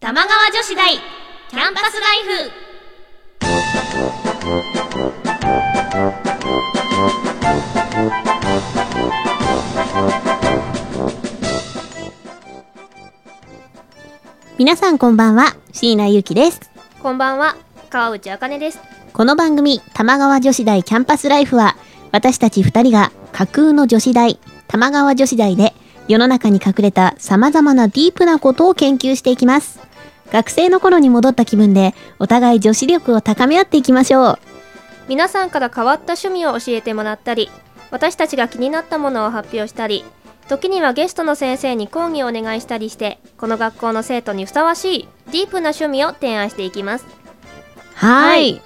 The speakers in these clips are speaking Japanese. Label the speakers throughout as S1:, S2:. S1: 玉川女子大キャンパスライフ
S2: 皆さんこんばんは、椎名ゆきです。
S1: こんばんは川内あかねです
S2: この番組、玉川女子大キャンパスライフは、私たち二人が架空の女子大、玉川女子大で、世の中に隠れた様々なディープなことを研究していきます。学生の頃に戻った気分で、お互い女子力を高め合っていきましょう。
S1: 皆さんから変わった趣味を教えてもらったり私たちが気になったものを発表したり時にはゲストの先生に講義をお願いしたりしてこの学校の生徒にふさわしいディープな趣味を提案していきます
S2: は
S1: ー
S2: い。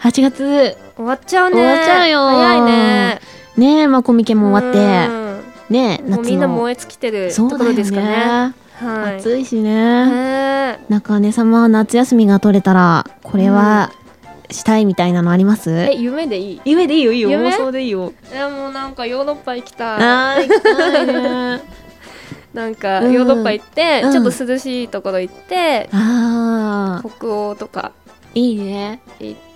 S2: 8月、
S1: 終わっちゃうね
S2: 終わっちゃうよ
S1: 早いね
S2: ねえ、まあコミケも終わって、
S1: わっ
S2: ねえ、
S1: もうみ
S2: 夏
S1: んな
S2: の。
S1: 燃え尽きてる
S2: そ
S1: と
S2: う
S1: こ
S2: だよ
S1: ろですかね
S2: ね。
S1: はい
S2: 暑いし
S1: ね
S2: ね。
S1: え
S2: 中根様は夏休みが取れたら、これは、したいみたいなのあります
S1: え夢でいい
S2: 夢でいいよいいよ
S1: 夢
S2: 妄想でいいよ
S1: えもうなんかヨーロッパ行きたい
S2: あー行きたいね
S1: なんか
S2: うん
S1: ヨーロッパ行って、
S2: うん
S1: ちょっと涼しいところ行って、
S2: あー
S1: 北欧とか
S2: いいね
S1: 行って、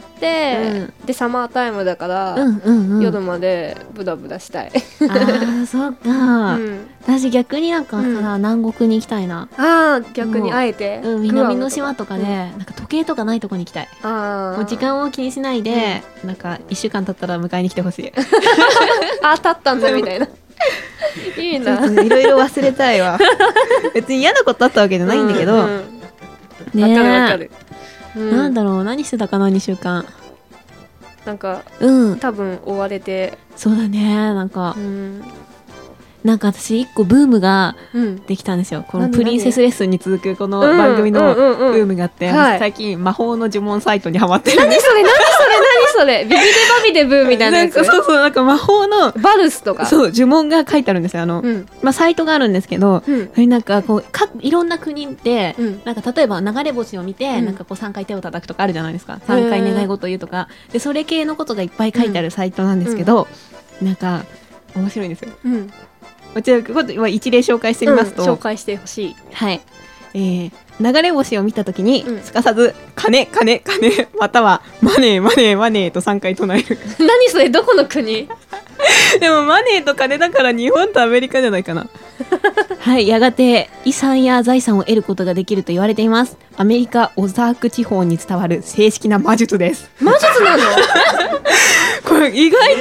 S1: でサマータイムだから、
S2: うんうんうん
S1: 夜までブダブダしたい、
S2: あーそう
S1: う
S2: か、
S1: ん、
S2: 私逆になんかさ、南国に行きたいな、
S1: あー逆
S2: も
S1: に
S2: う
S1: あえて、
S2: うん、南の島とかで、なんか時計とかないとこに行きたい
S1: グアムとかあー
S2: もう時間を気にしないで、なんか1週間経ったら迎えに来てほし い
S1: あ当たったんだみ たいないい
S2: ちょっ
S1: な
S2: とねいろいろ忘れたいわ 別に嫌なことあったわけじゃないんだけど、
S1: ううわ
S2: ね
S1: かるわかる、うん
S2: なんだろう何してたかな2週間
S1: なんか
S2: うん
S1: 多分追われて
S2: そうだねなんか
S1: うん、
S2: なんか私一個ブームが
S1: うん、
S2: できたんですよこの
S1: 何
S2: プリンセスレッスンに続くこの番組
S1: うんう
S2: の
S1: んうん
S2: ブ
S1: うん
S2: ームがあって、
S1: はい
S2: 最近魔法の呪文サイトにハマってる
S1: 何それ何それ何それビビデバビデブーみたいなやつ
S2: ん かそうそうなんか魔法の
S1: バルスとか
S2: そう呪文が書いてあるんですよあの、
S1: うん
S2: まあ、サイトがあるんですけど
S1: うん
S2: それなんかこう各いろんな国で、
S1: うん
S2: なんか例えば流れ星を見て、
S1: うん
S2: なんかこう3回手を叩くとかあるじゃないですか3回願い事を言うとかでそれ系のことがいっぱい書いてあるサイトなんですけど、なんか面白いんですよ。
S1: うん
S2: こちら今一例紹介してみますと、
S1: うん紹介してほしい
S2: はい。えー流れ星を見たときに、
S1: うん
S2: すかさず、金、金、金、または、マネー、マネー、マネーと3回唱え る。
S1: 何それどこの国
S2: でも、マネーと金だから日本とアメリカじゃないか な。はい、やがて、遺産や財産を得ることができると言われています。アメリカ・オザーク地方に伝わる正式な魔術です。
S1: 魔術なの
S2: これ、意外と、意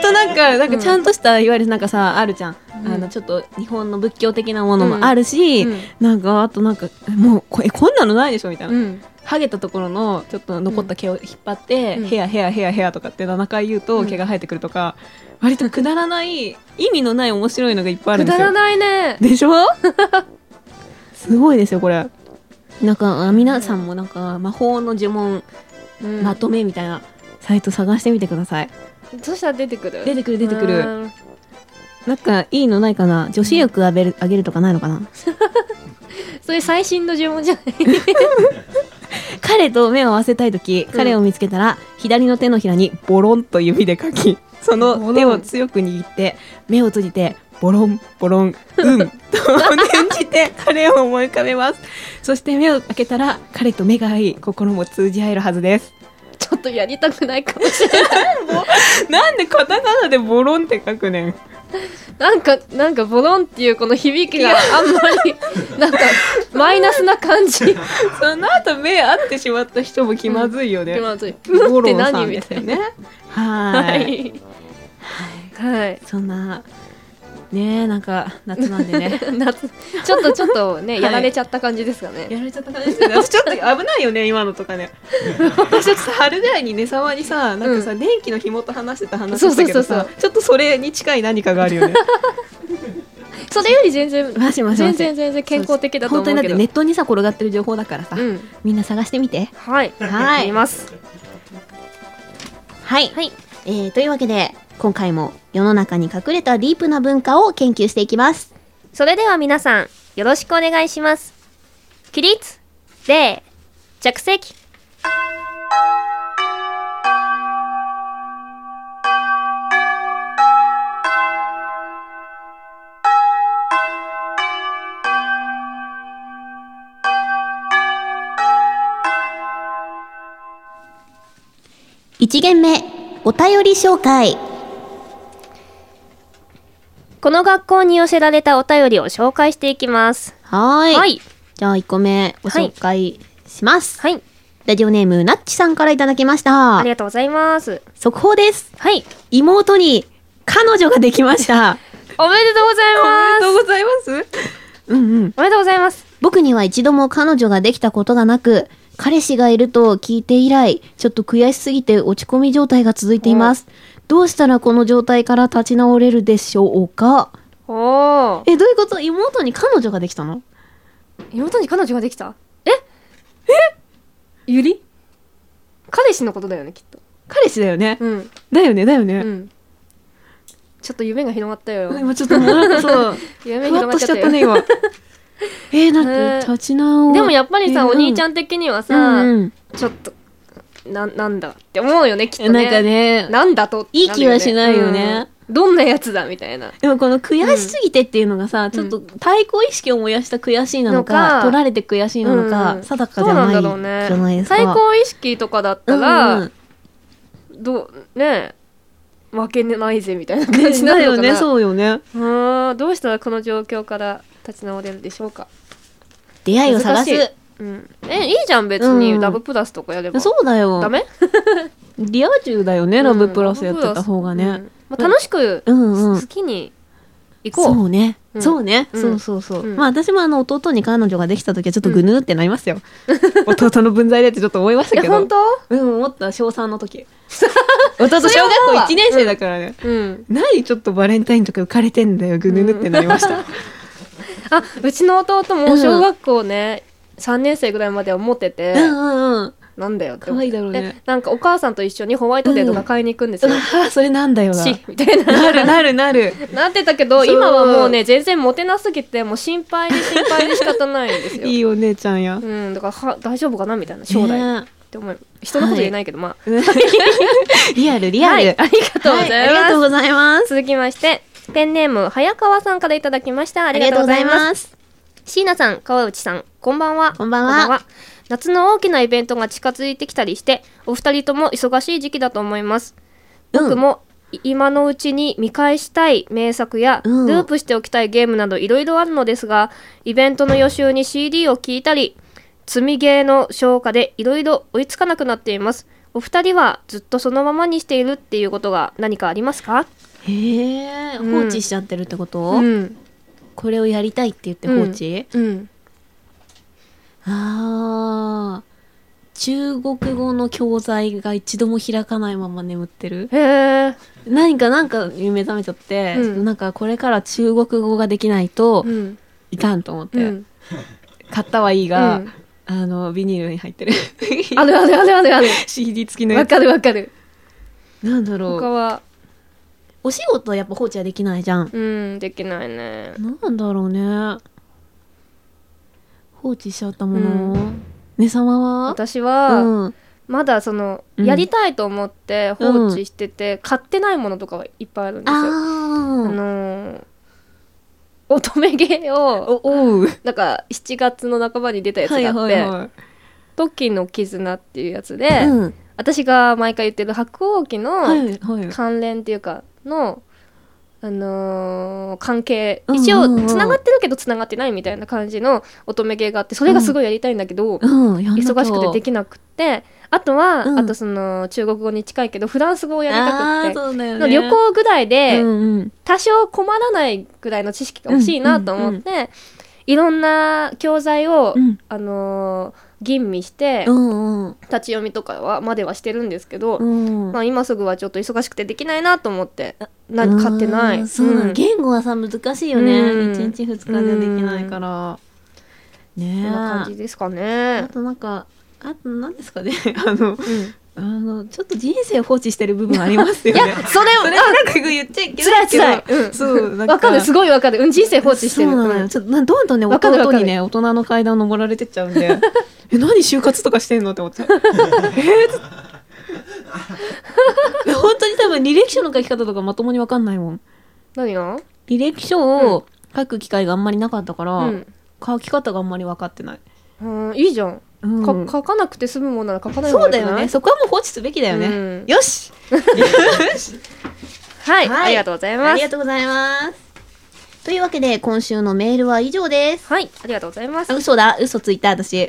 S2: 外となんか、なんかちゃんとした、いわゆるなんかさ、あるじゃん。
S1: うん
S2: あの、ちょっと日本の仏教的なものもあるし、
S1: うんうん
S2: なんか、あとなんか、もう、こえこんなのないでしょみたいな。
S1: うん
S2: ハゲたところのちょっと残った毛を引っ張って、
S1: うん
S2: ヘアヘアヘアヘアとかって7回言うと
S1: うん
S2: 毛が生えてくるとか、割とくだらない意味のない面白いのがいっぱいあるん
S1: く
S2: で
S1: だ
S2: す
S1: ら
S2: よ。
S1: ないね
S2: でしょすごいですよこれ。なんかあ皆さんもなんか魔法の呪文
S1: うん
S2: まとめみたいなサイト探してみてください。
S1: そしたら出てくる
S2: 出てくる出てくる
S1: うん
S2: なんかいいのないかな女子力あげる,、あげるとかないのかな
S1: それ最新の呪文じゃない
S2: 彼と目を合わせたい時彼を見つけたら、左の手のひらにボロンと指で書きその手を強く握って目を閉じてボロンボ ロンうんと念じて彼を思い浮かべますそして目を開けたら彼と目が合い心も通じ合えるはずです
S1: ちょっとやりたくないかもし れない
S2: なんでカタカナでボロンって書くねん
S1: なんかなんかボロンっていうこの響きがあんま りなんかマイナスな感じ
S2: その後目合ってしまった人も気まずいよね、
S1: 気まずい
S2: ボ
S1: うんっ
S2: ロ
S1: て
S2: ンさ
S1: 何
S2: ん
S1: み
S2: です
S1: たい
S2: よ
S1: な
S2: ねは
S1: は
S2: ーい
S1: いはい
S2: そんなねえなんか夏なんでね
S1: 夏ちょっとちょっとね、
S2: はい
S1: やられちゃった感じですかね
S2: やられちゃった感じです ね。私ちょっと危ないよね、今のとかね。私ちょっとさ春ぐらいにね、さまにさ、なんかさ、電気の紐と話してた話だったけど
S1: そうそう
S2: さ
S1: そう、
S2: ちょっとそれに近い何かがある よね。
S1: それより全然
S2: マジマジマ
S1: 全
S2: ジ
S1: 然全然健康的だと思うけ
S2: 本当
S1: ど
S2: にだってネットにさ、転がってる情報だからさ、
S1: うん
S2: みんな探してみて。
S1: はい
S2: はい
S1: 見ます
S2: はい。
S1: はい
S2: えー、というわけで、今回も世の中に隠れたディープな文化を研究していきます。
S1: それでは皆さんよろしくお願いします起立礼着席
S2: 1限目お便り紹介
S1: この学校に寄せられたお便りを紹介していきます。
S2: はーい
S1: はい。
S2: じゃあ1個目ご紹介します、
S1: はい。
S2: ラジオネームなっちさんからいただきまし
S1: あ
S2: た
S1: りがとうございます。
S2: 速報です
S1: はい。
S2: 妹に彼女ができました
S1: おめでとうございます。
S3: うございます。うんうん。
S1: おめでとうございます。
S2: 僕には一度も彼女ができたことがなく、彼氏がいると聞いて以来、ちょっと悔しすぎて落ち込み状態が続いています。どうしたらこの状態から立ち直れるでしょうか
S1: おお。
S2: え、どういうこと妹に彼女ができたの
S1: 妹に彼女ができたええゆり彼氏のことだよね、きっと。
S3: 彼氏だよね。
S1: うん。
S3: だよね、だよ
S1: う
S3: ね。
S1: ん。ちょっと夢が広まったよ。
S3: 今ちょっともうなんかそう、
S1: 夢
S3: ふわ
S1: 広
S3: っ
S1: ま
S3: と
S1: っ
S3: し
S1: ち
S3: ちゃ
S1: ゃ
S3: っ
S1: ったよ
S3: た。ね、今。 えー、だっ
S1: ね
S3: て、立ち直
S1: でもやっぱりさ、
S3: うん
S1: お兄ちゃん的には
S2: う
S1: さ、
S2: んうん。
S1: ちょっと、な、なんだって思うよね、きっとね。
S3: なんかね、
S1: なんだとってなる
S3: い
S1: よね
S3: い気はしないよね
S1: うんどんなやつだみたいな。
S3: でもこの悔しすぎてっていうのがさ、ちょっと対抗意識を燃やした悔しいなの
S1: の
S3: か、
S1: か
S3: 取られて悔しいなの
S1: う
S3: か、
S1: ん
S3: 定かじゃないじ
S1: そ
S3: ゃ
S1: うなんだろうね。
S2: ないですか
S1: 最高意識とかだったら、
S3: うんうん
S1: どう、ねえ負けないぜみたいな感じ
S3: ね
S1: にな
S3: だ
S1: るの
S3: よ
S1: かな。
S3: ね、そうよね。
S1: うーんどうしたらこの状況から立ち直れるでしょうか。
S2: 出会いを探
S1: 難し
S2: す。
S1: いうん、え、いいじゃん、別に。
S2: うん
S1: ラブプラスとかやれば。
S2: そうだよ。
S1: ダメ
S3: リア充だよね、ラブプラスやってた方が
S1: う
S3: ね
S1: ん。まあ、楽しく、
S2: うんうん
S1: 好きに行こう。
S2: そうね、
S1: うん
S2: そうね、
S1: うん
S2: そうそうそう。
S1: うん
S2: まあ私もあの弟に彼女ができた時はちょっとぐぬーってなりますよ。
S3: 弟の分際でってちょっと思いまし
S1: い
S3: た
S1: や、
S3: けど。
S1: 本当
S3: うん、思った、小3の時。 弟小学校1年生だからね。
S1: うん。
S3: 何ちょっとバレンタインとか浮かれてんだよ、ぐぬぬってなりました。
S1: あ、うちの弟も小学校ね、3年生ぐらいまでは持ってて、
S3: うんうんうん。
S1: なんだよって
S3: 可
S1: 思っ
S3: 愛
S1: て。
S3: いだろうね。
S1: えなんかお母さんと一緒にホワイトデーとか買いに行くんです
S3: う
S1: よ。
S3: わそれなんだよな。
S1: し、みたい な。
S3: なるなるな る。
S1: なってたけど、
S3: そう
S1: 今はもうね、全然モテなすぎて、もう心配で心配で仕方ないんですよ。
S3: いいお姉ちゃんや。
S1: うん、だからは大丈夫かなみたいな、将来
S3: ね
S1: って思う。人のこと言えないけど、まあ。
S3: リアルリアル。
S1: はい、ありがとうございます。
S2: はいありがとうございます。
S1: 続きまして、ペンネーム、早川さんからいただきました。あ
S2: あ
S1: りがとうございます。
S2: す。
S1: 椎名さん、川内さん、こんばんは。
S2: こんばんは
S1: 夏の大きなイベントが近づいてきたりして、お二人とも忙しい時期だと思います。
S2: うん
S1: 僕もい今のうちに見返したい名作や、
S2: うん
S1: ループしておきたいゲームなどいろいろあるのですが、イベントの予習に CD を聞いたり、積みゲーの消化でいろいろ追いつかなくなっています。お二人はずっとそのままにしているっていうことが何かありますか
S2: へえ、
S1: うん
S2: 放置しちゃってるってこと、
S1: ん。
S2: これをやりたいって言って放置、
S1: うん。
S2: ああ、中国語の教材が一度も開かないまま眠ってる。
S1: へえ。
S2: 何かなんかに目覚めちゃって、
S1: うん
S2: なんかこれから中国語ができないと
S1: うん。
S2: いかんと思って、
S1: うん。
S3: 買ったはいいが、
S1: うん
S3: あの、ビニールに入ってる。
S1: ある あるあるあるある。
S3: CD 付きの
S1: わ
S3: やつ。
S1: かるわかる。
S2: なんだろう
S1: 他。は、
S2: お仕事はやっぱ放置はできないじゃん。
S1: うん、できないね。
S2: なんだろうね。放置しちゃったもの。
S1: う
S2: ねさまは
S1: 私は、
S2: うん。
S1: まだその、
S2: うん
S1: やりたいと思って放置してて、買ってないものとかはいっぱいあるんですよ。あ
S2: ああ。
S1: のー乙女芸を、
S3: お、おう。
S1: なんか、7月の半ばに出たやつがあって、
S3: はい。
S1: トキの絆っていうやつで、
S2: うん。
S1: 私が毎回言ってる白鸚記の、
S3: はい、はい。
S1: 関連っていうかの、あのー関係
S2: うんうん
S1: 一
S2: う
S1: 応
S2: ん
S1: つながってるけどつながってないみたいな感じの乙女芸があってそれがすごいやりたいんだけど、
S2: うん。やんなきゃ
S1: 忙しくてできなくってあとは、
S2: うん
S1: あとその中国語に近いけどフランス語をやり
S2: あ
S1: た
S2: あ
S1: くって。
S2: そうだよ
S1: の
S2: ね。
S1: 旅行ぐらいで、
S2: うんうん。
S1: 多少困らないぐらいの知識が欲しいなと思って、いろんな教材を、
S2: うん
S1: あのー吟味して、
S2: うんうん。
S1: 立ち読みとかはまではしてるんですけど、
S2: うん
S1: まあ、今すぐはちょっと忙しくてできないなと思ってな
S2: うん
S1: 買ってない
S2: そうなの、
S1: ん
S2: 言語はさ難しいよ
S1: う
S2: ね
S1: ん
S2: 一日二日じゃできないから
S1: そん
S2: ねえ
S1: な感じですか
S2: あ
S1: ね、
S2: となんかあと何ですかね あの
S1: うん、
S2: あのちょっと人生放置してる部分ありますよ
S1: い
S2: ね
S1: やそれ
S3: それなんか言っちゃいけ
S1: つら
S3: ないい
S1: つ
S3: けど。
S1: らいうん
S3: そう、なん
S1: わかるすごいわかるうん人生放置してる
S2: そうなの
S1: うん
S2: よ。ちょっとなどんどんね、
S1: わかるわか
S2: 弟
S1: る
S2: にね、大人の階段を登られてっちゃうん で、え、何就活とかしてんのって思っちゃう。えー、本当に多分履歴書の書き方とかまともにわかんないもん。
S1: 何が
S2: 履歴書を書く機会があんまりなかったから、
S1: うん
S2: 書き方があんまり分かってない。
S1: うんいいじゃん
S4: うん
S1: か書かなくて済むもんなら書かない方が
S4: そうだ
S1: 良く
S4: よ
S1: ない
S4: ね。そこはもう放置すべきだよ
S1: う
S4: ね
S1: ん。
S4: よし
S1: はい、
S2: はい
S1: ありがとうござい
S2: あ
S1: ま
S2: りが
S1: す
S2: とうございます。というわけで、今週のメールは以上です。
S1: はいありがとうございま
S2: あ
S1: す
S2: 嘘だ、嘘ついた、 私。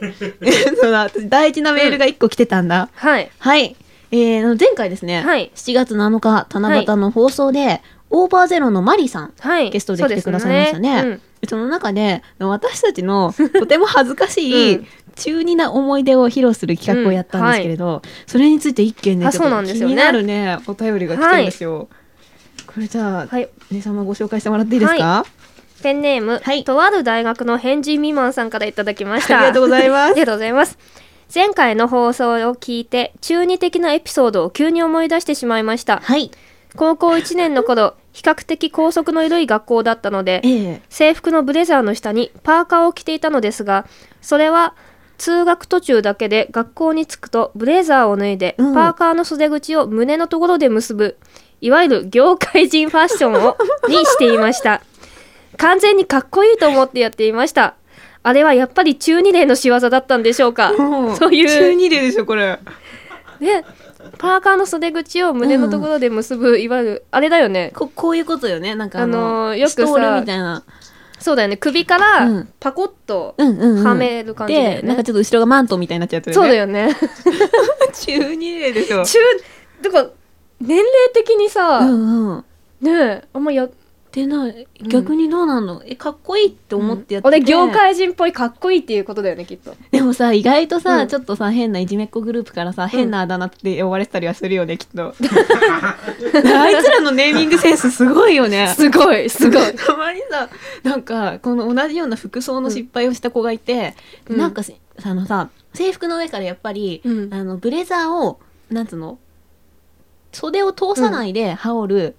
S4: そうだ、私大事なメールが一個来てたんだ。
S1: はい
S2: はい。えー、前回ですね、
S1: はい
S2: 7月7日、七夕の放送で、オーバーゼロのマリさん、
S1: はい
S2: ゲストで来てくださいましたね。
S1: そう
S2: そ
S1: です
S2: の中で、私たち のとても恥ずかし
S1: う
S2: い
S1: ん
S2: 中二な思い出を披露する企画をやったんですけれど、それについて一件ね、
S1: あ
S2: ちょっ
S1: そうな
S2: と
S1: んで
S2: 気
S1: すよね
S2: になるね、お便りが来てるんですよ。これじゃあ、
S1: はい
S2: 姉様ご紹介してもらってい
S4: い
S2: い
S4: い
S2: で
S4: ですす
S2: か、
S4: か
S1: ペンネーム、
S2: はい
S1: とある大学の返事未満さんからいただきました
S4: ありがとうござい
S1: あ
S4: ます
S1: り。がとうございます。前回の放送を聞いて、中二的なエピソードを急に思い出してしまいました。
S2: はい。
S1: 高校1年の頃、比較的校則の緩い学校だったので、
S2: ええ
S1: 制服のブレザーの下にパーカーを着ていたのですが、それは通学途中だけで学校に着くとブレザーを脱いで、
S2: うん
S1: パーカーの袖口を胸のところで結ぶ、いわゆる業界人ファッションを、にしていました。完全にかっこいいと思ってやっていました。あれはやっぱり中二例の仕業だったんでしょうか。
S4: うん
S1: そういう
S4: 中二例でしょ、これ。
S1: ね、パーカーの袖口を胸のところで結ぶ、いわゆるあれだよね
S2: ここういうことよねなんかあの
S1: あのーよく
S2: ス
S1: さ
S2: トールみたいな
S1: そうだよね首か
S2: う
S1: ら
S2: ん
S1: パコッと
S2: うんうんうん
S1: はめる感じだよね、
S2: でなんかちょっと後ろがマントみたいになっちゃってる
S1: そうだ
S2: よ
S1: よね
S4: 中二例でしょ。
S1: 中だから年齢的にさ、
S2: うんうん
S1: ねえあんまや
S2: でな逆にどうなんの、えかっこいいって思ってやってて、
S1: 俺業界人っぽいかっこいいっていうことだよねきっ と
S2: でもさ意外とさ、
S1: うん
S2: ちょっとさ変ないじめっ子グループからさ変なあだ名って呼ばれてたりはするよねきっ とあいつらのネーミングセンス すごいよね
S1: すごいすごい
S2: たまにさなんかこの同じような服装の失敗をした子がいて、
S1: うん
S2: なんかしあのさ制服の上からやっぱり、
S1: うん
S2: あのブレザーをなんつうの袖を通さないで羽織る、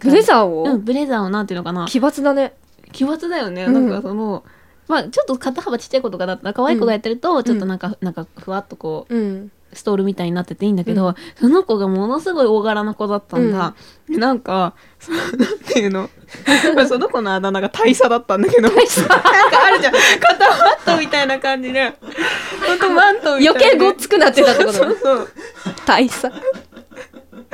S1: ブレザーを、
S2: うん、ブレザーをなんていうのかな
S1: 奇抜だね
S2: 奇抜だよね、
S1: うん
S2: なんかそのまあちょっと肩幅ちっちゃい子とかだったら可愛い子がやってると、ちょっとなんか、なんかふわっとこう
S1: うん
S2: ストールみたいになってていいんだけど、
S1: う
S2: その子がものすごい大柄な子だったんだ、でなんかその なんていうのまあその子のあだ名が大佐だったんだけどなんかあるじゃん 肩マットみたいな感じ でほんとマントみたいな
S1: 余計ごっつくなってたってことだ
S2: そ
S1: ね
S2: うそう
S1: 大佐
S2: っ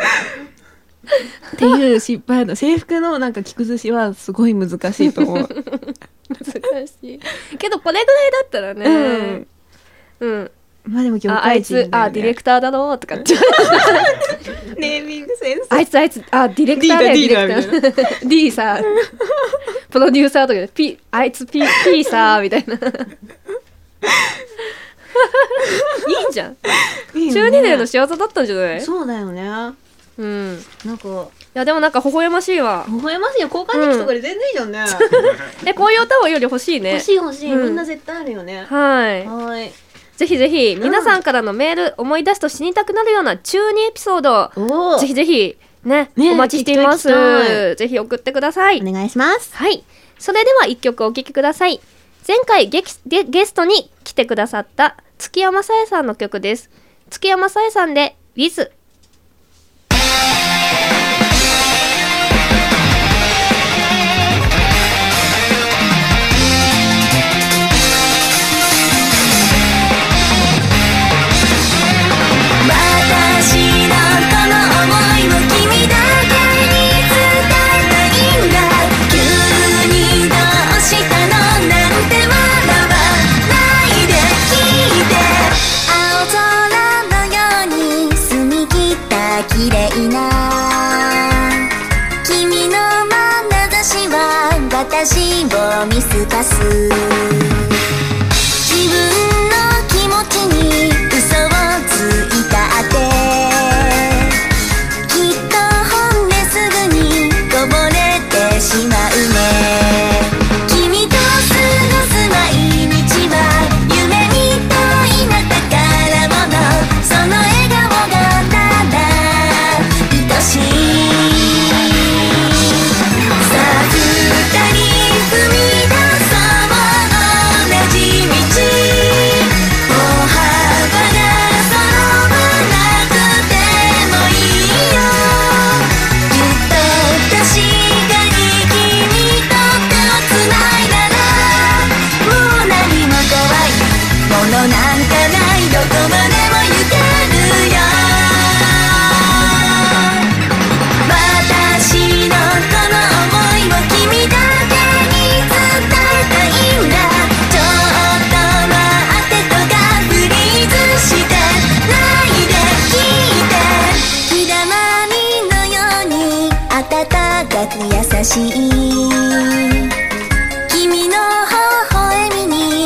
S2: ていう失敗の制服のなんか着崩しはすごい難しいと思う
S1: 難しいけどこれぐらいだったらねうん、
S2: まあでも業
S1: ああ
S2: 界
S1: い
S2: 人だよ
S1: つ
S2: ね
S1: あディレクターだろうとかって
S2: ネーミングセンス
S1: あいつあいつ、あ、ディレクターだよ、デ
S4: リ
S1: ィ
S4: ーダー
S1: レクター。D さ、プロデューサーとかで、P、あいつ P、P さ、みたいな。いいじゃん。
S2: いいよ
S1: 中
S2: ね
S1: 二年の仕業だったんじゃない
S2: そうだよねなん
S1: うん。い
S2: か
S1: や、でもなんか微笑ましいわ。
S2: 微笑ましいよ交換日記とかで全然いいじゃん ね、
S1: え、こういう歌をより欲しいね
S2: 欲。しい欲しい、
S1: うん
S2: みんな絶対あるよね
S1: は
S2: はーい
S1: い。ぜひぜひ、
S2: ん
S1: 皆さんからのメール、思い出すと死にたくなるような中二エピソード
S2: お
S1: を、ぜひぜひ、ね、
S2: ね
S1: お待ちしてい
S2: 聞き
S1: ま
S2: た
S1: す。ぜひ送ってください。
S2: お願いします
S1: はい。それでは一曲お聴きください。前回ゲキゲゲストに来てくださった月山さえさんの曲です。月山さえさんで With。
S5: 私なんかの想いを君だけに伝えたいんだ急にどうしたのなんて笑わないで聞いて青空のように澄み切った綺麗な君の眼差しは私を見透かす自分の気持ちに嘘をついたってきっと本音すぐにこぼれてしまうね君と過ごす毎日は夢みたいな宝物その笑顔がただ愛しいさあ二人踏み出そう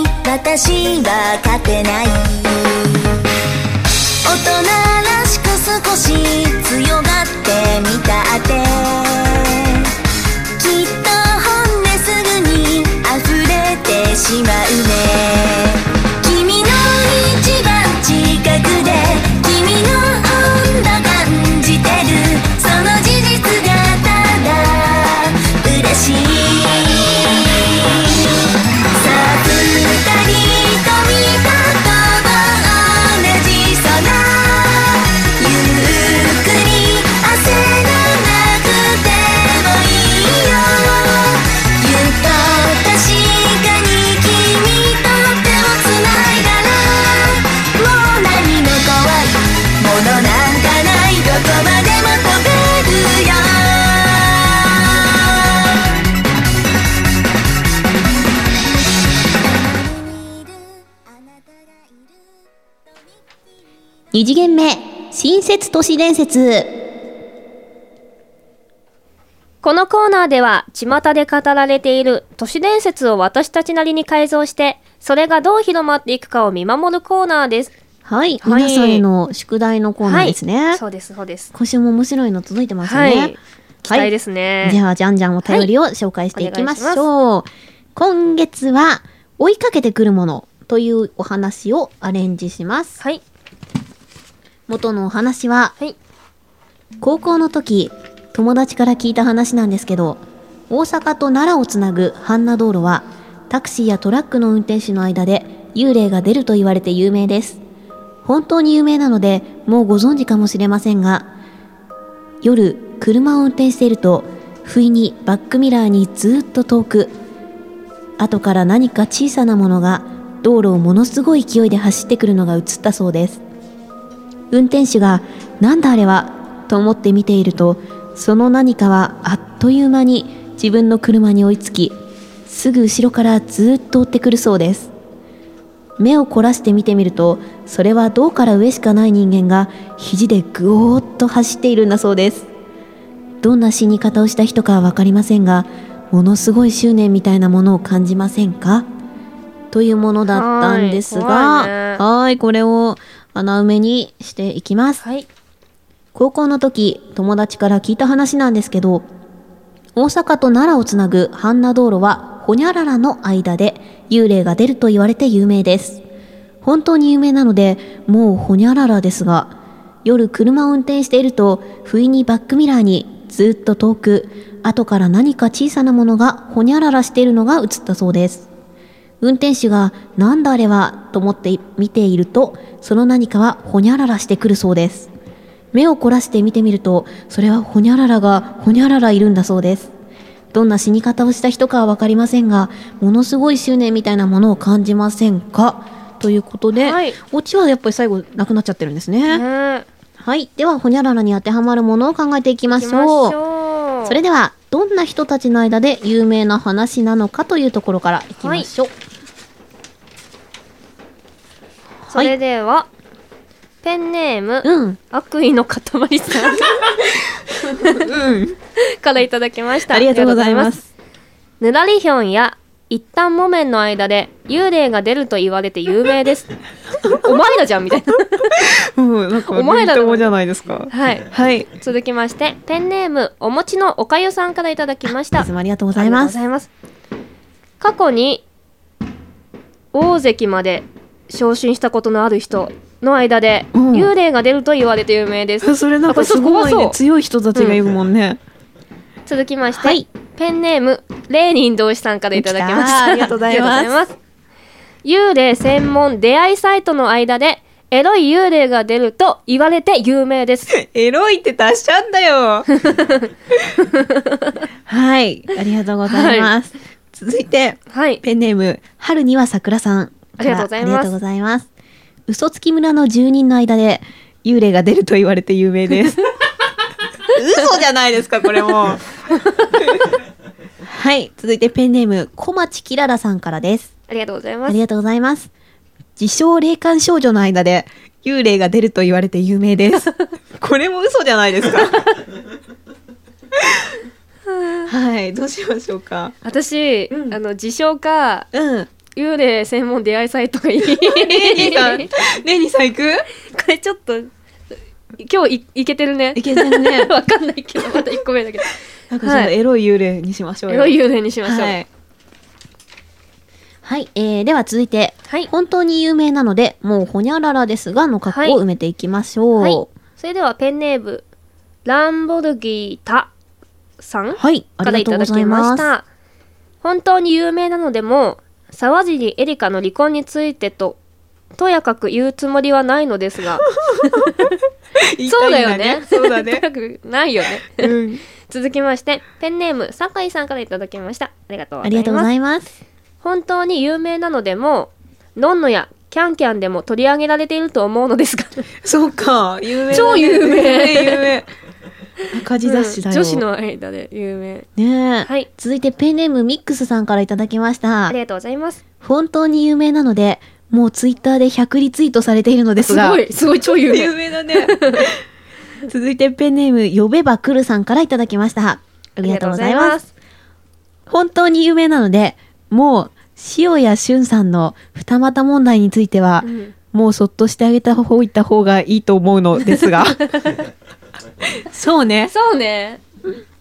S5: は勝てない大人らしく少し強がってみたってきっと本音すぐに溢れてしまうね君の一番近くで君の温度感じてるその事実がただ嬉しいさあ二人と見たと同じ空をゆっくり焦らなくてもいいよゆっと確かに君と手をつないだらもう何も怖いものなんかないどこまでも飛べるよ
S6: 二次元目、新設都市伝説。
S1: このコーナーでは巷で語られている都市伝説を私たちなりに改造してそれがどう広まっていくかを見守るコーナーです
S6: はい、
S1: はい
S6: 皆さんへの宿題のコーナーですね。
S1: そうですそうです
S6: 今週も面白いの届いてますね。
S1: はい期待ですね、
S6: じゃあ、じゃんじゃんお便りを紹介していきまし
S1: はい
S6: ょう。今月は、追いかけてくるものというお話をアレンジします。
S1: はい
S6: 元のお話は、
S1: はい
S6: 高校の時、友達から聞いた話なんですけど、大阪と奈良をつなぐ阪奈道路は、タクシーやトラックの運転手の間で幽霊が出ると言われて有名です。本当に有名なので、もうご存知かもしれませんが、夜、車を運転していると、不意にバックミラーにずーっと遠く、後から何か小さなものが道路をものすごい勢いで走ってくるのが映ったそうです。運転手が「なんだあれは?」と思って見ているとその何かはあっという間に自分の車に追いつきすぐ後ろからずーっと追ってくるそうです目を凝らして見てみるとそれは胴から上しかない人間が肘でぐおーっと走っているんだそうですどんな死に方をした人かは分かりませんがものすごい執念みたいなものを感じませんかというものだったんですが
S1: はい怖いね
S6: はい、これを穴埋めにしていきます。
S1: はい
S6: 高校の時、友達から聞いた話なんですけど、大阪と奈良をつなぐ阪奈道路は、ほにゃららの間で幽霊が出ると言われて有名です。本当に有名なので、もうほにゃららですが、夜車を運転していると、不意にバックミラーにずっと遠く、後から何か小さなものがほにゃららしているのが映ったそうです。運転手が「なんだあれは?」と思って見ているとその何かはほにゃららしてくるそうです目を凝らして見てみるとそれはほにゃららがほにゃららいるんだそうですどんな死に方をした人かは分かりませんがものすごい執念みたいなものを感じませんかということで、
S1: はい
S6: オチはやっぱり最後なくなっちゃってるんですね、
S1: ね
S6: はいではほにゃららに当てはまるものを考えていきま
S1: 行
S6: し
S1: き
S6: ょう
S1: ましょう
S6: それではどんな人たちの間で有名な話なのかというところからいきましょう、
S1: それでは、ペンネーム、
S6: うん。
S1: 悪意の塊さんからいただきました
S2: ありがとうございま
S1: ありがとう
S2: す。
S1: ございますぬらりひょんや一旦木綿の間で幽霊が出ると言われて有名です お前らじゃんみたいな
S2: うん、なんか、
S1: お前らだ
S2: 頼朝じゃないですか。
S1: はい
S2: はい。
S1: 続きましてペンネームお餅のおかゆさんからいただきました
S6: いつもありがとうございます。
S1: ありがとうございます。過去に大関まで昇進したことのある人の間で、
S2: うん
S1: 幽霊が出ると言われて有名です。
S2: それなんかす
S1: あこ
S2: ごい
S1: れちょっと怖そ
S2: ね
S1: う
S2: 強い人たちがいるもんね。
S1: 続きまして、
S6: はい
S1: ペンネームレーニン同士さんからいただきまし
S6: 来
S1: た。
S6: たありがとうございます
S1: ありがとうございます幽霊専門出会いサイトの間でエロい幽霊が出ると言われて有名です。
S2: エロいって達しちゃんだよ。
S6: はい。ありがとうございます。
S2: 続いて、
S1: はい。
S2: ペンネーム。
S6: 春には桜さんか
S1: あ
S6: ら。
S1: りがとうございます
S6: ありがとうございます。嘘つき村の住人の間で幽霊が出ると言われて有名です。
S2: 嘘じゃないですか、これも。
S6: はい。続いてペンネーム、小町きららさんからです。
S1: ありがとうございま
S6: あ
S1: す
S6: り。がとうございます。自称霊感少女の間で幽霊が出ると言われて有名です。
S2: これも嘘じゃないです か。はい、どうしましょうか。
S1: 私、あの自称か
S6: うん。
S1: 幽霊専門出会いサイト がいい
S2: レニーさん、
S1: こ
S2: レニーさん行く
S1: れちょっと今日いいけてるね
S2: いけてる ね
S1: わかんないけどまた1個目だけど
S2: なんかじゃあ
S1: はい
S2: エロい幽霊にしましょうよ。
S1: エロい幽霊にしましょう
S2: はい。
S6: はい、えー、では続いて、
S1: はい
S6: 本当に有名なので、もうほにゃららですが、の格好を埋めていきましょう。
S1: はい、それではペンネームランボルギータさん
S6: はいあ
S1: から
S6: り
S1: い
S6: がと
S1: ただき
S6: うござい
S1: まし
S6: ます。
S1: た本当に有名なのでも沢尻エリカの離婚についてととやかく言うつもりはないのです がそうだよね
S2: そうだ
S1: と
S2: ね。
S1: やかくないよね
S2: うん。
S1: 続きましてペンネーム酒井さんからいただきましたありがとうござ
S6: あ
S1: い
S6: り
S1: ます
S6: がとうございます。
S1: 本当に有名なのでものんのやキャンキャンでも取り上げられていると思うのですが
S2: そうか、有名だね。
S1: 超有
S2: 有
S1: 名
S2: 名、有 名。赤字雑誌だよ。
S1: 女子。の間で有名
S6: ねえ、
S1: はい
S6: 続いてペンネームミックスさんからいただきました
S1: あり。がとうございます
S6: 本当に有名なので、もうツイッターで100リツイートされているのです
S1: す
S6: が
S1: ご、いすごい超有
S2: 有名
S1: 名
S2: だね。
S6: 続いてペンネーム呼べば来るさんからいただきました。あ
S1: あ
S6: りがとうございます。
S1: す
S6: 本当に有名なので、もう塩谷俊さんの二股問題については、
S1: うん
S6: もうそっとしてあげた方いった方がいいと思うのです が。そうね。
S1: そうね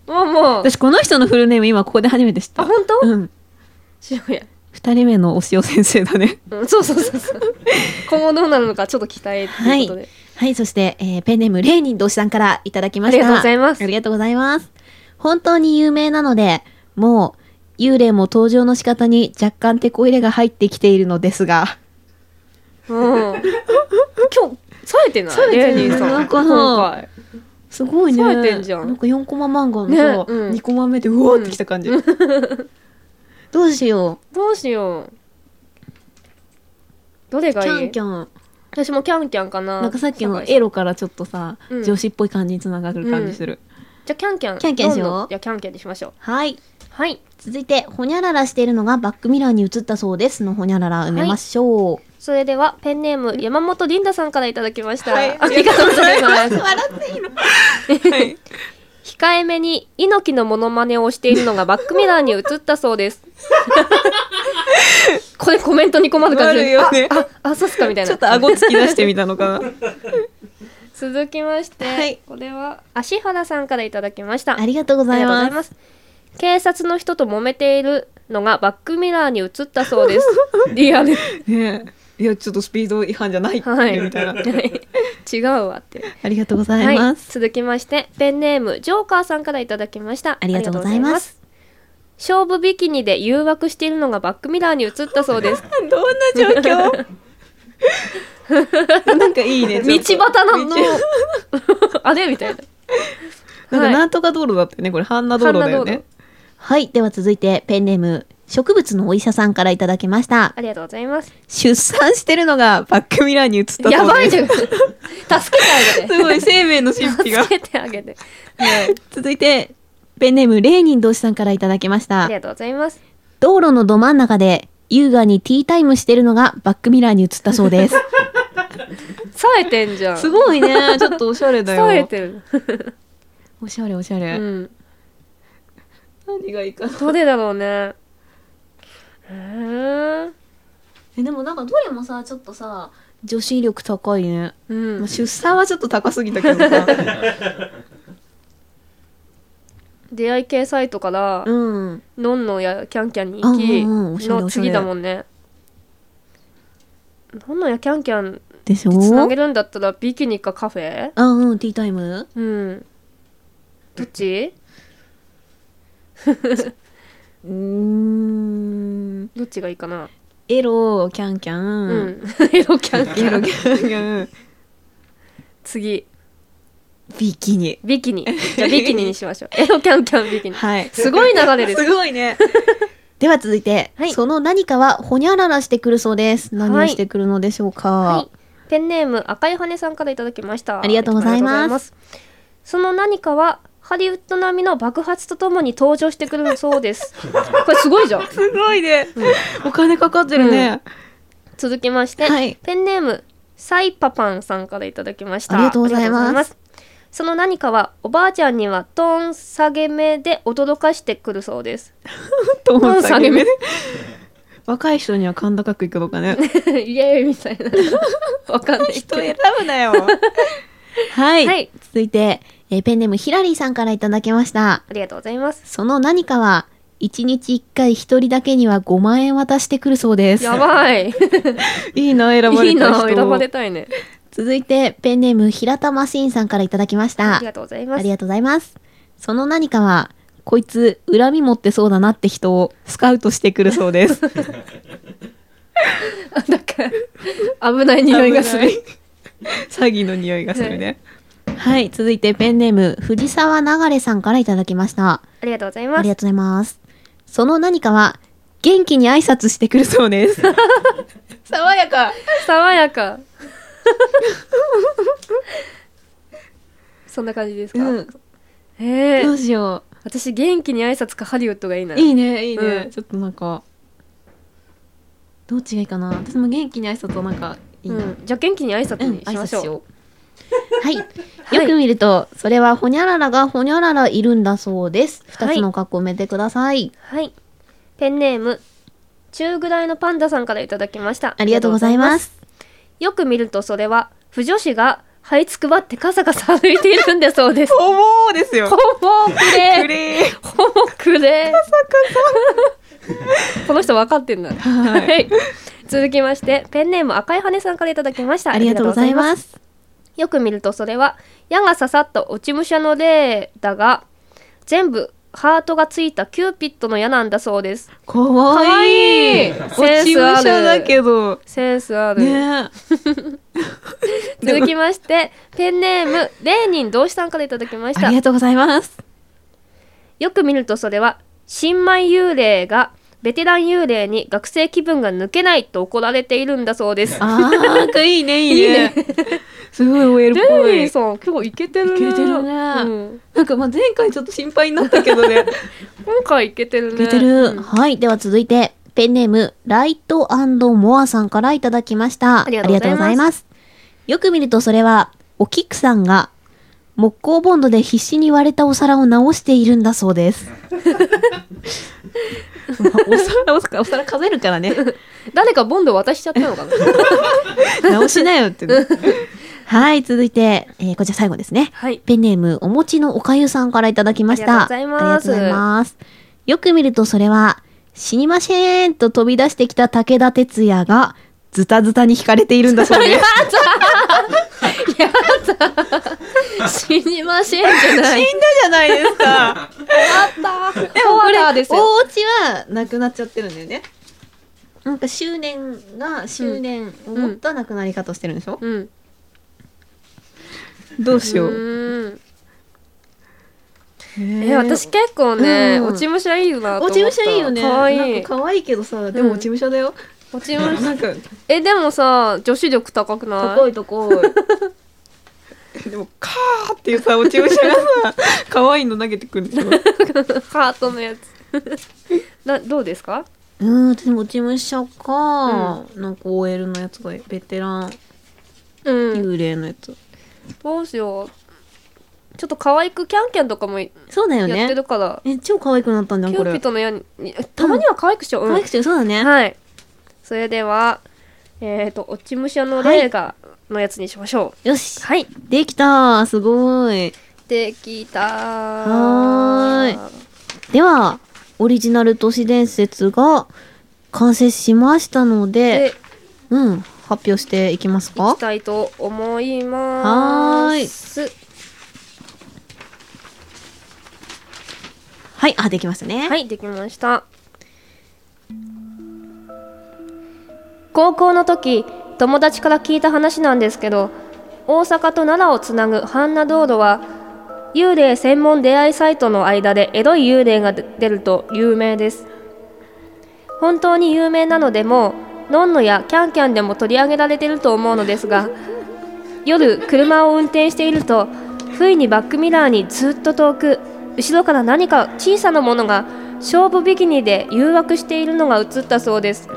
S1: もうもう
S6: 私この人のフルネーム今ここで初めて知った。
S1: あ本当
S6: うん。
S1: 塩谷
S6: 二人目のお塩先生だね。
S1: うんそうそうそう そう今後どうなるのかちょっと期待ということで、
S6: はい、そして、えーペンネームレーニン同士さんからいただきました。
S1: ありがとうございます
S6: ありがとうございます。本当に有名なので、もう、幽霊も登場の仕方に若干手こ入れが入ってきているのですが。
S1: うん今日冴えてない
S6: 冴えてる
S1: レーニンさん
S6: なんか
S1: 今回
S6: すごいね。
S1: 冴えてんじゃん
S6: なんか4コマ漫画の
S1: ね
S6: さ、
S1: うん
S6: 2コマ目でうわーってきた感じ。 どうしよ
S1: どうしようどれ
S6: う。
S1: がい
S6: キ
S1: い
S6: ャンキャン。
S1: 私もキャンキャンかな
S6: なんかさっきの
S1: 酒井
S6: エロからちょっとさ、
S1: うん
S6: 女子っぽい感じにつながる感じする。
S1: じゃあキャンキャン
S6: キャンキャンしよう
S1: どんどんいやキャンキャンにしましょう
S6: はい。
S1: はい
S6: 続いて、ほにゃららしているのがバックミラーに映ったそうですのほにゃらら埋めましょう。
S1: それではペンネーム山本リンダさんからいただきました、
S2: はい
S1: ありがとうございます
S6: 笑っていいの
S1: 控えめに猪木のモノマネをしているの がバックミラーに映ったそうです。 これコメントに困る感
S2: 困
S1: じ
S2: るよね
S1: あ、あ、あそうっすかみたい
S2: ちょ
S1: な
S2: っ。と顎突き出してみたのかな。
S1: 続きまして、
S2: はい
S1: これは芦原さんからいただきました。
S6: ありがとうござい
S1: あ
S6: ま
S1: り
S6: す。
S1: す。警察の人と揉めているのがバックミラーに映ったそう です。リアル。
S2: ねえいや、ちょっとスピード違反じゃない
S1: はい。
S2: みたい な。
S1: 違うわって。
S6: ありがとうござ
S1: はいい
S6: ま、す。
S1: 続きましてペンネームジョーカーさんからいただきました
S6: ありがとうござい
S1: ありがとうござ
S6: ます
S1: います勝負ビキニで誘惑しているのがバックミラーに映ったそうです
S2: どんな状 況なんかいいね。
S1: 道端なの
S2: 道
S1: あれみたいな
S2: なんかなんとか道路だったよね。これ、半ナ道路だよ
S1: 半
S2: ね。
S6: はい。では続いて、ペンネーム、植物のお医者さんからいただきました。
S1: ありがとうございます
S2: 出産してるのがバックミラーに映ったそうです
S1: やばいじゃん助けてあ げて
S2: すごい生命の神 秘が
S1: 助けてあげて
S6: 続いて、ペンネーム、レーニン同士さんからいただきまし
S1: あ
S6: た
S1: り。がとうございます
S6: 道路のど真ん中で、優雅にティータイムしてるのがバックミラーに映ったそうです。
S1: 冴えてんじゃん
S2: すごい ねちょっとおしゃれだ
S1: 冴え
S2: よ
S1: てる、
S6: おしゃれおしゃ
S1: う
S6: れ。
S1: ん、
S2: 何がいいか
S1: どれだろうねうーん
S6: え、でもなんかどれもさ、ちょっとさ、女子力高いね。
S1: うん
S2: まあ出産はちょっと高すぎたけどさ
S1: 出会い系サイトから、
S6: うん。
S1: のんのやキャンキャンに行き、
S6: うんうんうんおしゃれ
S1: の
S6: おしゃれ
S1: 次だもんねのんのやキャンキャン
S6: でしょ
S1: つなげるんだったらビキニかカフェ
S6: うんうん、ティータイム
S1: うんどっち
S6: うーん。
S1: どっちがいいかな
S6: エロキャンキャ
S1: う
S6: ン、
S1: ん、エロキャンキ
S2: ゲ
S1: ャ
S2: ロ
S1: ン
S2: ゲロゲロ
S1: 次
S2: ビキニ
S1: ビキニじゃあビキニにしましょうエロキャンキャンビ キニ
S2: はい
S1: すごい流れ です
S2: すごいね
S6: では続いて、
S1: はい
S6: その何かはほにゃららしてくるそうです何をしてくるのでしょうか、
S1: はい、ペンネーム赤い羽さんからいただきました
S6: ありがとうございます
S1: ありがとうござその何かはハリウッド並みの爆発とともに登場してくるそうです これすごいじゃん
S2: すごいね、お金かかってるね、
S1: 続きまして、
S6: はい
S1: ペンネームサイパパンさんからいただきました
S6: ありがとうございます
S1: ありがとうごその何かはおばあちゃんにはトーン下げ目で驚かしてくるそうです
S2: トーン下げ目
S1: ト
S2: 若い人には甲高くいくのかね
S1: イエーイみたい な。わかんない
S2: 人
S1: 人
S2: 選ぶな よ
S6: はい、
S1: はい
S6: 続いて、えーペンネームヒラリーさんからいただきました
S1: ありがとうございます。
S6: その何かは1日1回1人だけには5万円渡してくるそうです
S1: やばい。
S2: いいな選ばれた人
S1: いいな、選ばれたいね。
S6: 続いてペンネーム平田マシーンさんからいただきまし
S1: あ
S6: た
S1: りがとうございま
S6: あ
S1: す
S6: り。がとうございますその何かはこいつ恨み持ってそうだなって人を
S2: スカウトしてくるそうです
S1: なんか、危ない匂いがする。
S2: 詐欺の匂いがするね、
S6: はい続いてペンネーム藤沢流れさんからいただきました
S1: ありがとうござい
S6: あ
S1: ます
S6: りが。とうございますその何かは元気に挨拶してくるそうです
S2: 爽やか
S1: 爽やか。 そんな感じですか、
S2: うん
S1: へえ
S2: どうしよ
S1: 私元気に挨拶かハリウッドがいいな。
S2: ういいねいいね、
S1: うん
S2: ちょっとなんかどっちがいいかな私も元気に挨拶はなんかいいな、
S1: うん、じゃあ元気に挨拶にしましょう。
S6: はいよく見ると、それはほにゃららがほにゃららいるんだそうです
S1: はい
S6: 2つの格好埋めてください、
S1: はい。ペンネーム、中ぐらいのパンダさんからいただきました。。
S6: ありがとうございますす
S1: よく見るとそれは、不女子が這いつくばってカサカサ歩いているんだそう です。
S2: ほぼーですよ
S1: ほぼく
S2: く
S1: れ
S2: れー
S1: ほぼくれカサカサこの人分かってんだ。
S2: はい
S1: はい。続きまして、ペンネーム赤い羽さんからいただきました。
S6: ありがとうござい
S1: ありがとうございま。
S6: ますす
S1: よく見るとそれは、矢がささっと落ち武者の例だが、全部、ハートがついたキューピッドの矢なんだそうです。
S2: かわいい
S1: かわいい
S2: 落ち
S1: センス
S2: 武
S1: ある
S2: 者だけど
S1: センスある。
S2: ね
S1: 続きまして、ペンネーム、レーニン同志さんからいただきまし
S2: あ
S1: た
S2: り。がとうございます
S1: よく見るとそれは、新米幽霊が、ベテラン幽霊に学生気分が抜けないと怒られているんだそうです。
S2: あーかいいねいいねすごいオエルっ
S1: レ
S2: ぽ
S1: ーニン
S2: い
S1: さん、今日いけてるね。
S2: イケてるね
S1: うん
S2: なんかまあ前回ちょっと心配になったけどね
S1: 今回いけてるね。
S6: 聞いて
S1: う
S6: る、
S1: ん
S6: はいでは続いてペンネームライトモアさんからいただきました
S1: ありがとうございます
S6: ありがすよく見るとそれはお菊さんが木工ボンドで必死に割れたお皿を直しているんだそう です
S2: お皿をお皿数えるからね
S1: 誰かボンド渡しちゃったの かな
S2: 直しなよって ね
S6: はい続いて、えーこちら最後ですね
S1: はい。
S6: ペンネームお餅のおかゆさんからいただきました
S1: ありがとうございます
S6: ありがとうございますよく見るとそれは死にませんと飛び出してきた武田鉄矢がズタズタに惹かれているんだそうです
S1: 死にましんじ ゃない。
S2: 死んだじゃないですか
S1: あった。コアラーですよ。
S2: お家はなくなっちゃってるんだよねなんか執念が執念を持ったなくなり方してるんでしょ、
S1: うん。
S2: どうし
S1: う
S2: よう、
S1: ーん。
S2: え
S1: え、私結構ね、
S2: うん
S1: 落ち武者いいなと思った。
S2: 落ち武者いいよね
S1: かわい
S2: なん
S1: い。
S2: か可愛いけどさでも落ち武者だよ、
S1: 落ち武者。
S2: なんか
S1: え、でもさ、女子力高くない
S2: 高い高いでも「カー」っていうさ落ち武者がさ可愛いの投げてくるんですよ
S1: ハートのやつ。 な、どうですか
S6: うーん、私も事務所か、
S2: なんか OL のやつがベテラン
S1: うん。
S2: 幽霊のやつ、
S1: どうしよう。ちょっと可愛くキャンキャンとかもや
S6: そうだよ
S1: って
S6: ね。
S1: るから、
S6: え、超可愛くなったんじゃん、
S1: キ
S6: こ
S1: ューピ
S6: れ
S1: ッ。ドの矢に、にたまには可愛くしよう。うん
S6: 可愛くて、そうだね。
S1: はい。それでは、えっ、と、落ち武者の霊が、のやつにしましょ
S6: よし
S1: う。、はい。
S6: できたすごい。
S1: できたー。
S6: はでは、オリジナル都市伝説が完成しましたので、
S1: で、
S6: うん、発表していきます
S1: い
S6: か
S1: きたいと思います。は
S6: はい、あ、できましたね。
S1: はい、できました。高校の時、友達から聞いた話なんですけど、大阪と奈良をつなぐ阪奈道路は、幽霊専門出会いサイトの間でエロい幽霊が出出ると有名です。本当に有名なのでもうのんのやキャンキャンでも取り上げられてると思うのですが夜車を運転していると不意にバックミラーにずっと遠く後ろから何か小さなものが勝負ビキニで誘惑しているのが映ったそうです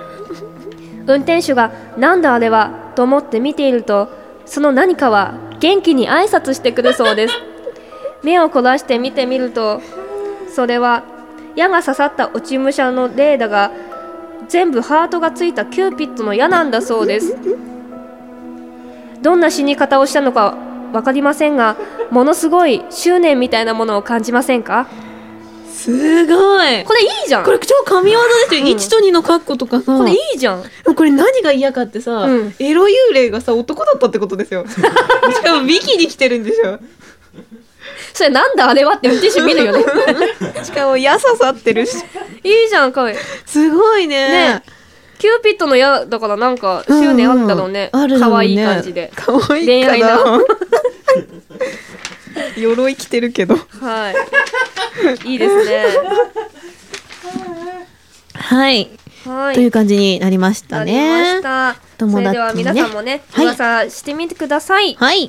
S1: 運転手が「なんだあれは?」と思って見ているとその何かは元気に挨拶してくるそうです目を凝らして見てみるとそれは矢が刺さった落ち武者の霊だが全部ハートがついたキューピッドの矢なんだそうですどんな死に方をしたのか分かりませんがものすごい執念みたいなものを感じませんか
S2: すごい
S1: これいいじゃん
S2: これ超神業ですよ、
S1: うん
S2: 1と2の括弧とかさ
S1: これいいじゃん
S2: でもこれ何が嫌かってさ、
S1: うん
S2: エロ幽霊がさ男だったってことですよしかもビキに来てるんでしょ
S1: それなんだあれはって運転手見るよね
S2: しかも矢刺さってるし
S1: いいじゃんかい
S2: すごいね
S1: ねキューピッドの矢だからなんか執念あったろうね
S2: うんうんあるだろ
S1: 可
S2: う
S1: 愛、いい
S2: ね
S1: 感じで
S2: かわいい
S1: 恋
S2: か
S1: 愛な
S2: な 鎧着てる けど
S1: はいいいですね
S2: はい、
S1: はい
S2: という感じになりました
S1: ありま
S2: ね
S1: した
S2: 友
S1: そ
S2: 達
S1: れ
S2: のね
S1: では皆さんもね
S2: はい
S1: 噂してみてください
S2: はい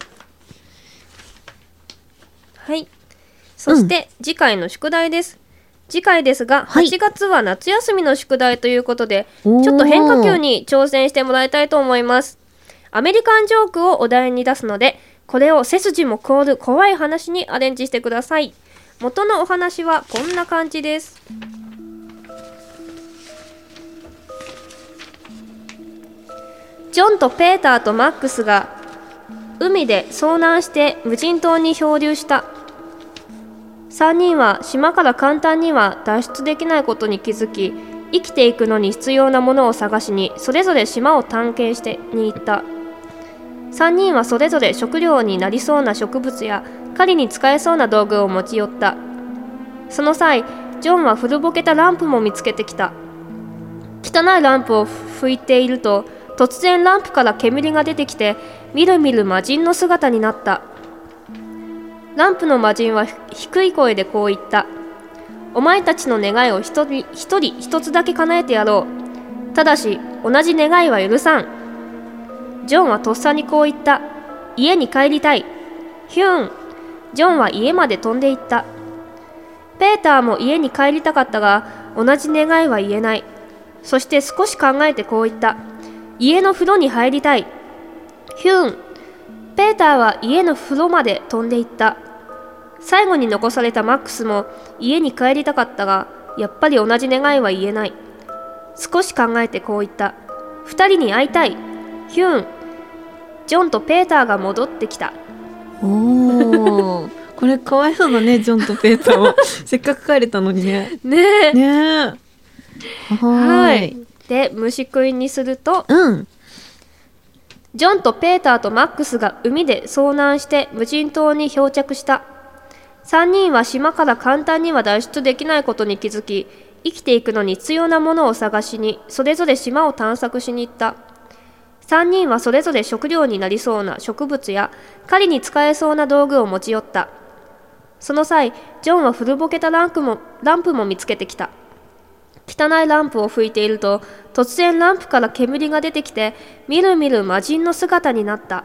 S1: はい。そして、次回の宿題です。次回ですが、
S6: はい
S1: 8月は夏休みの宿題ということで、ち
S6: おー
S1: ょっと変化球に挑戦してもらいたいと思います。アメリカンジョークをお題に出すので、これを背筋も凍る怖い話にアレンジしてください。元のお話はこんな感じです。ジョンとペーターとマックスが海で遭難して無人島に漂流した3人は島から簡単には脱出できないことに気づき生きていくのに必要なものを探しにそれぞれ島を探検してに行った3人はそれぞれ食料になりそうな植物や狩りに使えそうな道具を持ち寄ったその際ジョンは古ぼけたランプも見つけてきた汚いランプを拭いていると突然ランプから煙が出てきてみるみる魔人の姿になったランプの魔人はひ低い声でこう言った「お前たちの願いを一人一人一つだけ叶えてやろうただし同じ願いは許さん」ジョンはとっさにこう言った「家に帰りたい」ヒューンジョンは家まで飛んでいったペーターも家に帰りたかったが同じ願いは言えないそして少し考えてこう言った家の風呂に入りたいヒューンペーターは家の風呂まで飛んでいった最後に残されたマックスも家に帰りたかったがやっぱり同じ願いは言えない少し考えてこう言った二人に会いたいヒューンジョンとペーターが戻ってきた
S2: おおこれかわいそうだねジョンとペーター はせっかく帰れたのにね
S1: ねえ
S2: ねえは
S1: は
S2: ー
S1: いで虫食いにすると
S2: うん
S1: ジョンとペーターとマックスが海で遭難して無人島に漂着した3人は島から簡単には脱出できないことに気づき生きていくのに必要なものを探しにそれぞれ島を探索しに行った3人はそれぞれ食料になりそうな植物や狩りに使えそうな道具を持ち寄ったその際ジョンは古ぼけたランプもランプも見つけてきた汚いランプを拭いていると突然ランプから煙が出てきてみるみる魔人の姿になった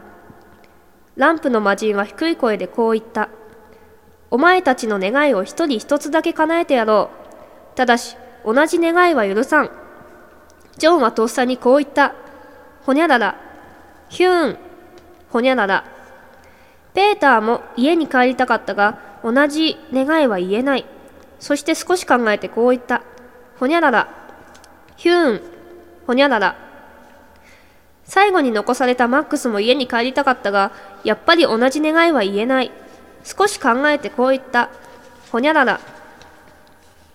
S1: ランプの魔人は低い声でこう言った「お前たちの願いを一人一つだけ叶えてやろうただし同じ願いは許さん」ジョンはとっさにこう言った「ほにゃらら」「ヒューン」「ほにゃらら」ペーターも家に帰りたかったが同じ願いは言えないそして少し考えてこう言った「ほにゃらら」「ヒューン」「ほにゃらら」最後に残されたマックスも家に帰りたかったがやっぱり同じ願いは言えない少し考えてこう言った「ほにゃらら」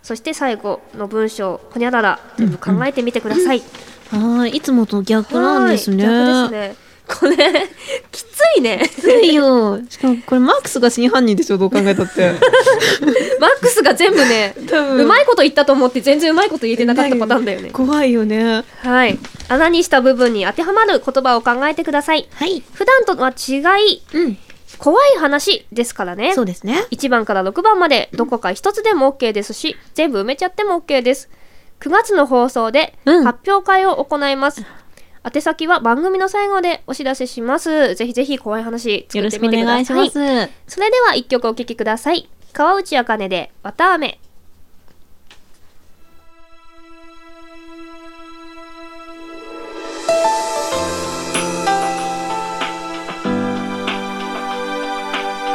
S1: そして最後の文章「ほにゃらら」全部考えてみてください、
S2: はーいいつもと逆なんですね
S1: はい逆ですねこれきついね
S2: いよしかもこれマックスが真犯人でしょどう考えたって
S1: マックスが全部ね
S2: 多分
S1: うまいこと言ったと思って全然うまいこと言えてなかったパターンだよね
S2: 怖いよね
S1: はい穴にした部分に当てはまる言葉を考えてください
S2: はい
S1: 普段とは違い
S2: うん
S1: 怖い話ですからね
S2: そうですね
S1: 1番から6番までどこか1つでも OK ですし全部埋めちゃっても OK です9月の放送で
S2: うん
S1: 発表会を行います、宛先は番組の最後でお知らせしますぜひぜひ怖い話
S2: よ
S1: 作
S2: ろ
S1: っ
S2: してく
S1: み
S2: お
S1: てください
S2: 願いします、
S1: それでは1曲お聴きください川内茜で綿飴
S5: 「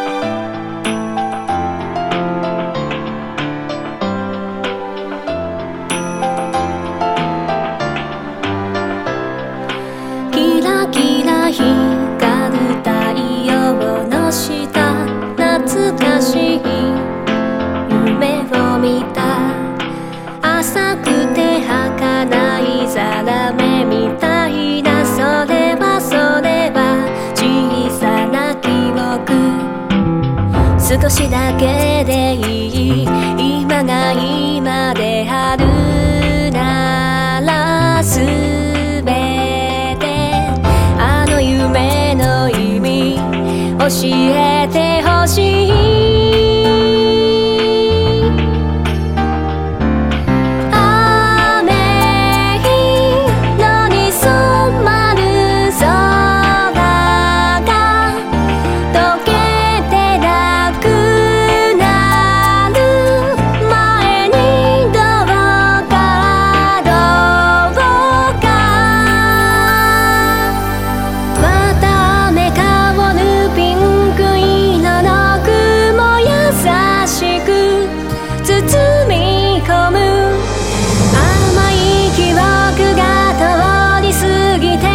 S5: 少しだけでいい今が今であるならすべてあの夢の意味教えてほしい雨色に染まる空が溶けてなくなる前にどうかどうか綿めかおるピンク色の雲優しく包み込む甘い記憶が通り過ぎて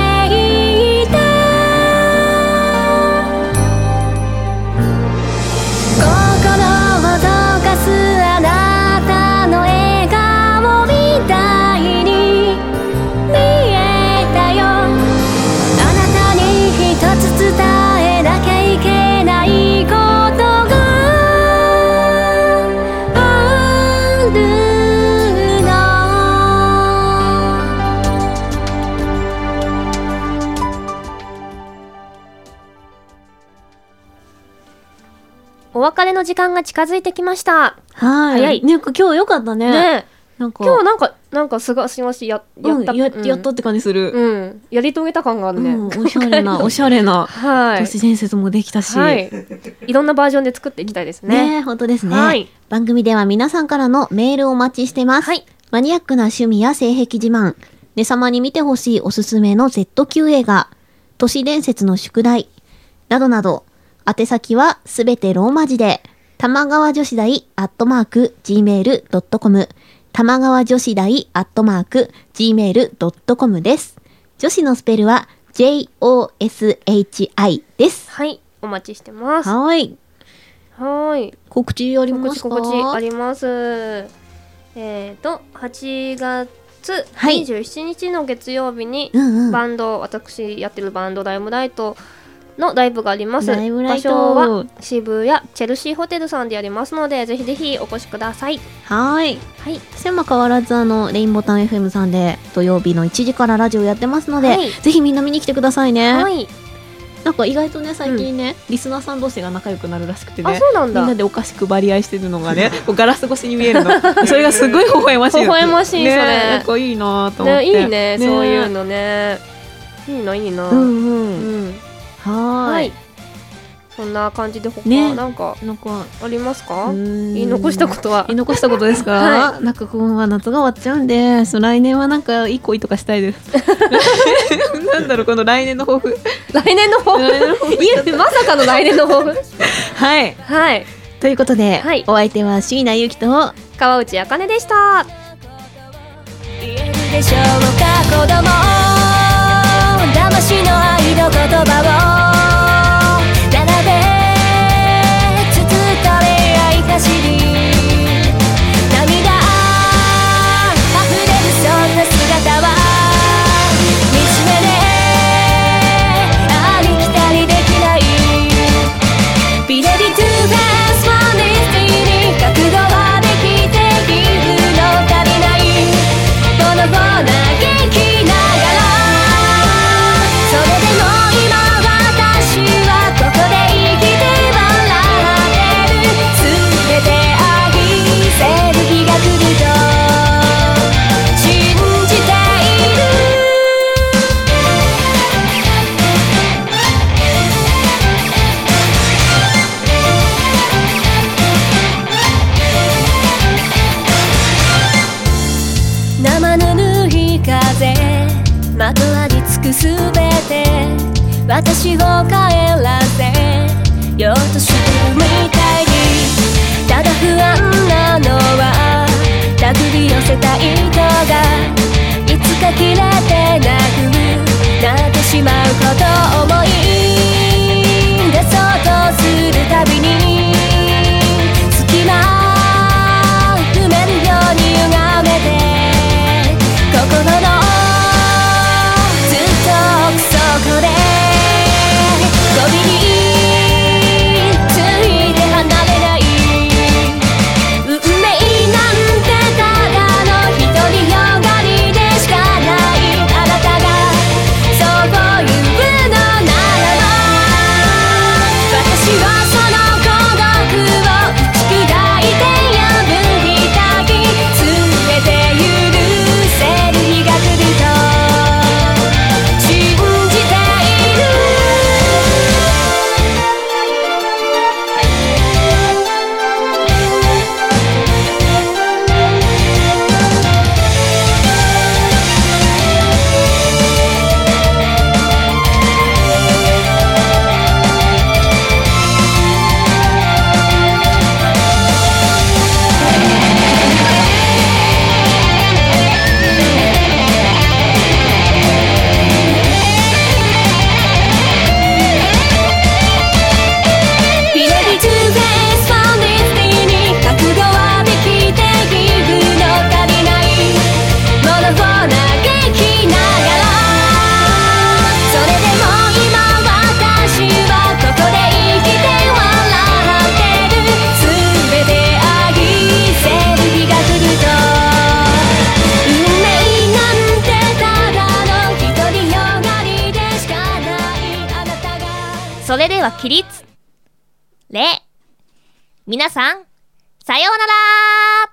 S5: いた心を溶かすあなたの笑顔みたいに見えたよ「あなたにひとつ伝えなきゃいけないことがあるの」
S1: お別れの時間が近づいてきました。
S6: はい。
S1: 早い
S6: ね、今日よかったね。
S1: ねえ
S6: なんか、
S1: 今日なんか、なんかすがしがしや、やった、
S6: うん、ややった
S1: うん。
S6: って感じする。
S1: うん。やり遂げた感があるね。
S6: うん、おしゃ れな、おしゃれな、
S1: は
S6: 都
S1: い。
S6: 市伝説もできたし。
S1: はい。いろんなバージョンで作っていきたいですね。
S6: ね本当ですね、
S1: はい
S6: 番組では皆さんからのメールをお待ちしてます。
S1: はい
S6: マニアックな趣味や性癖自慢、ね様に見てほしいおすすめの Z 級映画、都市伝説の宿題、などなど、宛先はすべてローマ字で、玉川女子大アットマーク gmail.com、玉川女子大アットマーク gmail.com です。女子のスペルは joshi です。
S1: はい。お待ちしてます。は
S6: はい。
S1: ーい。
S6: 告知ありま
S1: 告知
S6: すか
S1: 告知あります。えっ、と、8月
S6: はい
S1: 27日の月曜日に、
S6: うんうん
S1: バンド、私やってるバンド、ライムライトのライブがあります。
S6: ライムラ
S1: 場
S6: イト
S1: 所は渋谷チェルシーホテルさんでやりますので、ぜひぜひお越しください。
S6: はーい。
S1: はい。
S6: そしても変わらずあのレインボタン FM さんで土曜日の1時からラジオやってますので、
S1: はい
S6: ぜひみんな見に来てくださいね。
S1: はい。
S6: なんか意外とね最近ね、リスナーさん同士が仲良くなるらしくて
S1: あ、
S6: ね。
S1: そうなん
S6: みんな
S1: だ。
S6: でお菓子配り合いしてるのがね、 こうガラス越しに見え るの。それがすごい微笑ましいの。
S1: 微笑ましい
S6: ね
S1: それ
S6: なんかいいなと思っ
S1: ね、
S6: て。
S1: いいねそういう。のね。いいな、いいな。
S6: うん
S1: う
S6: うん。
S1: ん
S6: は
S1: は
S6: ー
S1: い
S6: い。。
S1: そんな感じで他、
S6: ね
S1: なんか
S6: なんか
S1: ありますか
S6: うーん
S1: 言い残したことは
S6: 言い残したことですか、
S1: は
S6: なんか今は夏が終わっちゃうんでその来年はなんかいい恋とかした いです なんだろうこの来年の抱負
S1: 来年の抱負
S6: 来年の抱 負
S1: いえまさかの来年の抱負
S6: はい
S1: はい
S6: ということで、
S1: はい
S6: お相手は椎名ゆきと
S1: 川内茜でした
S5: 言えるでしょうか子供騙しの愛の言葉を並べつつと恋愛走り涙溢れるそんな姿は見つめでありきたりできないビレリトゥフェスワンディスティに覚悟はできているの足りないボロボロ嘆きながらそれでも今私はここで生きて笑ってる全て愛せる日が来ると信じている生ぬるい風まとわりつくすべて私を帰らせようとしてるみたいにただ不安なのは手繰り寄せた糸がいつか切れてなくなってしまうことを思い出そうとするたびに隙間埋めるように歪めて心のずっと奥底でゴミについて離れな
S1: それでは起立。礼。皆さん、さようなら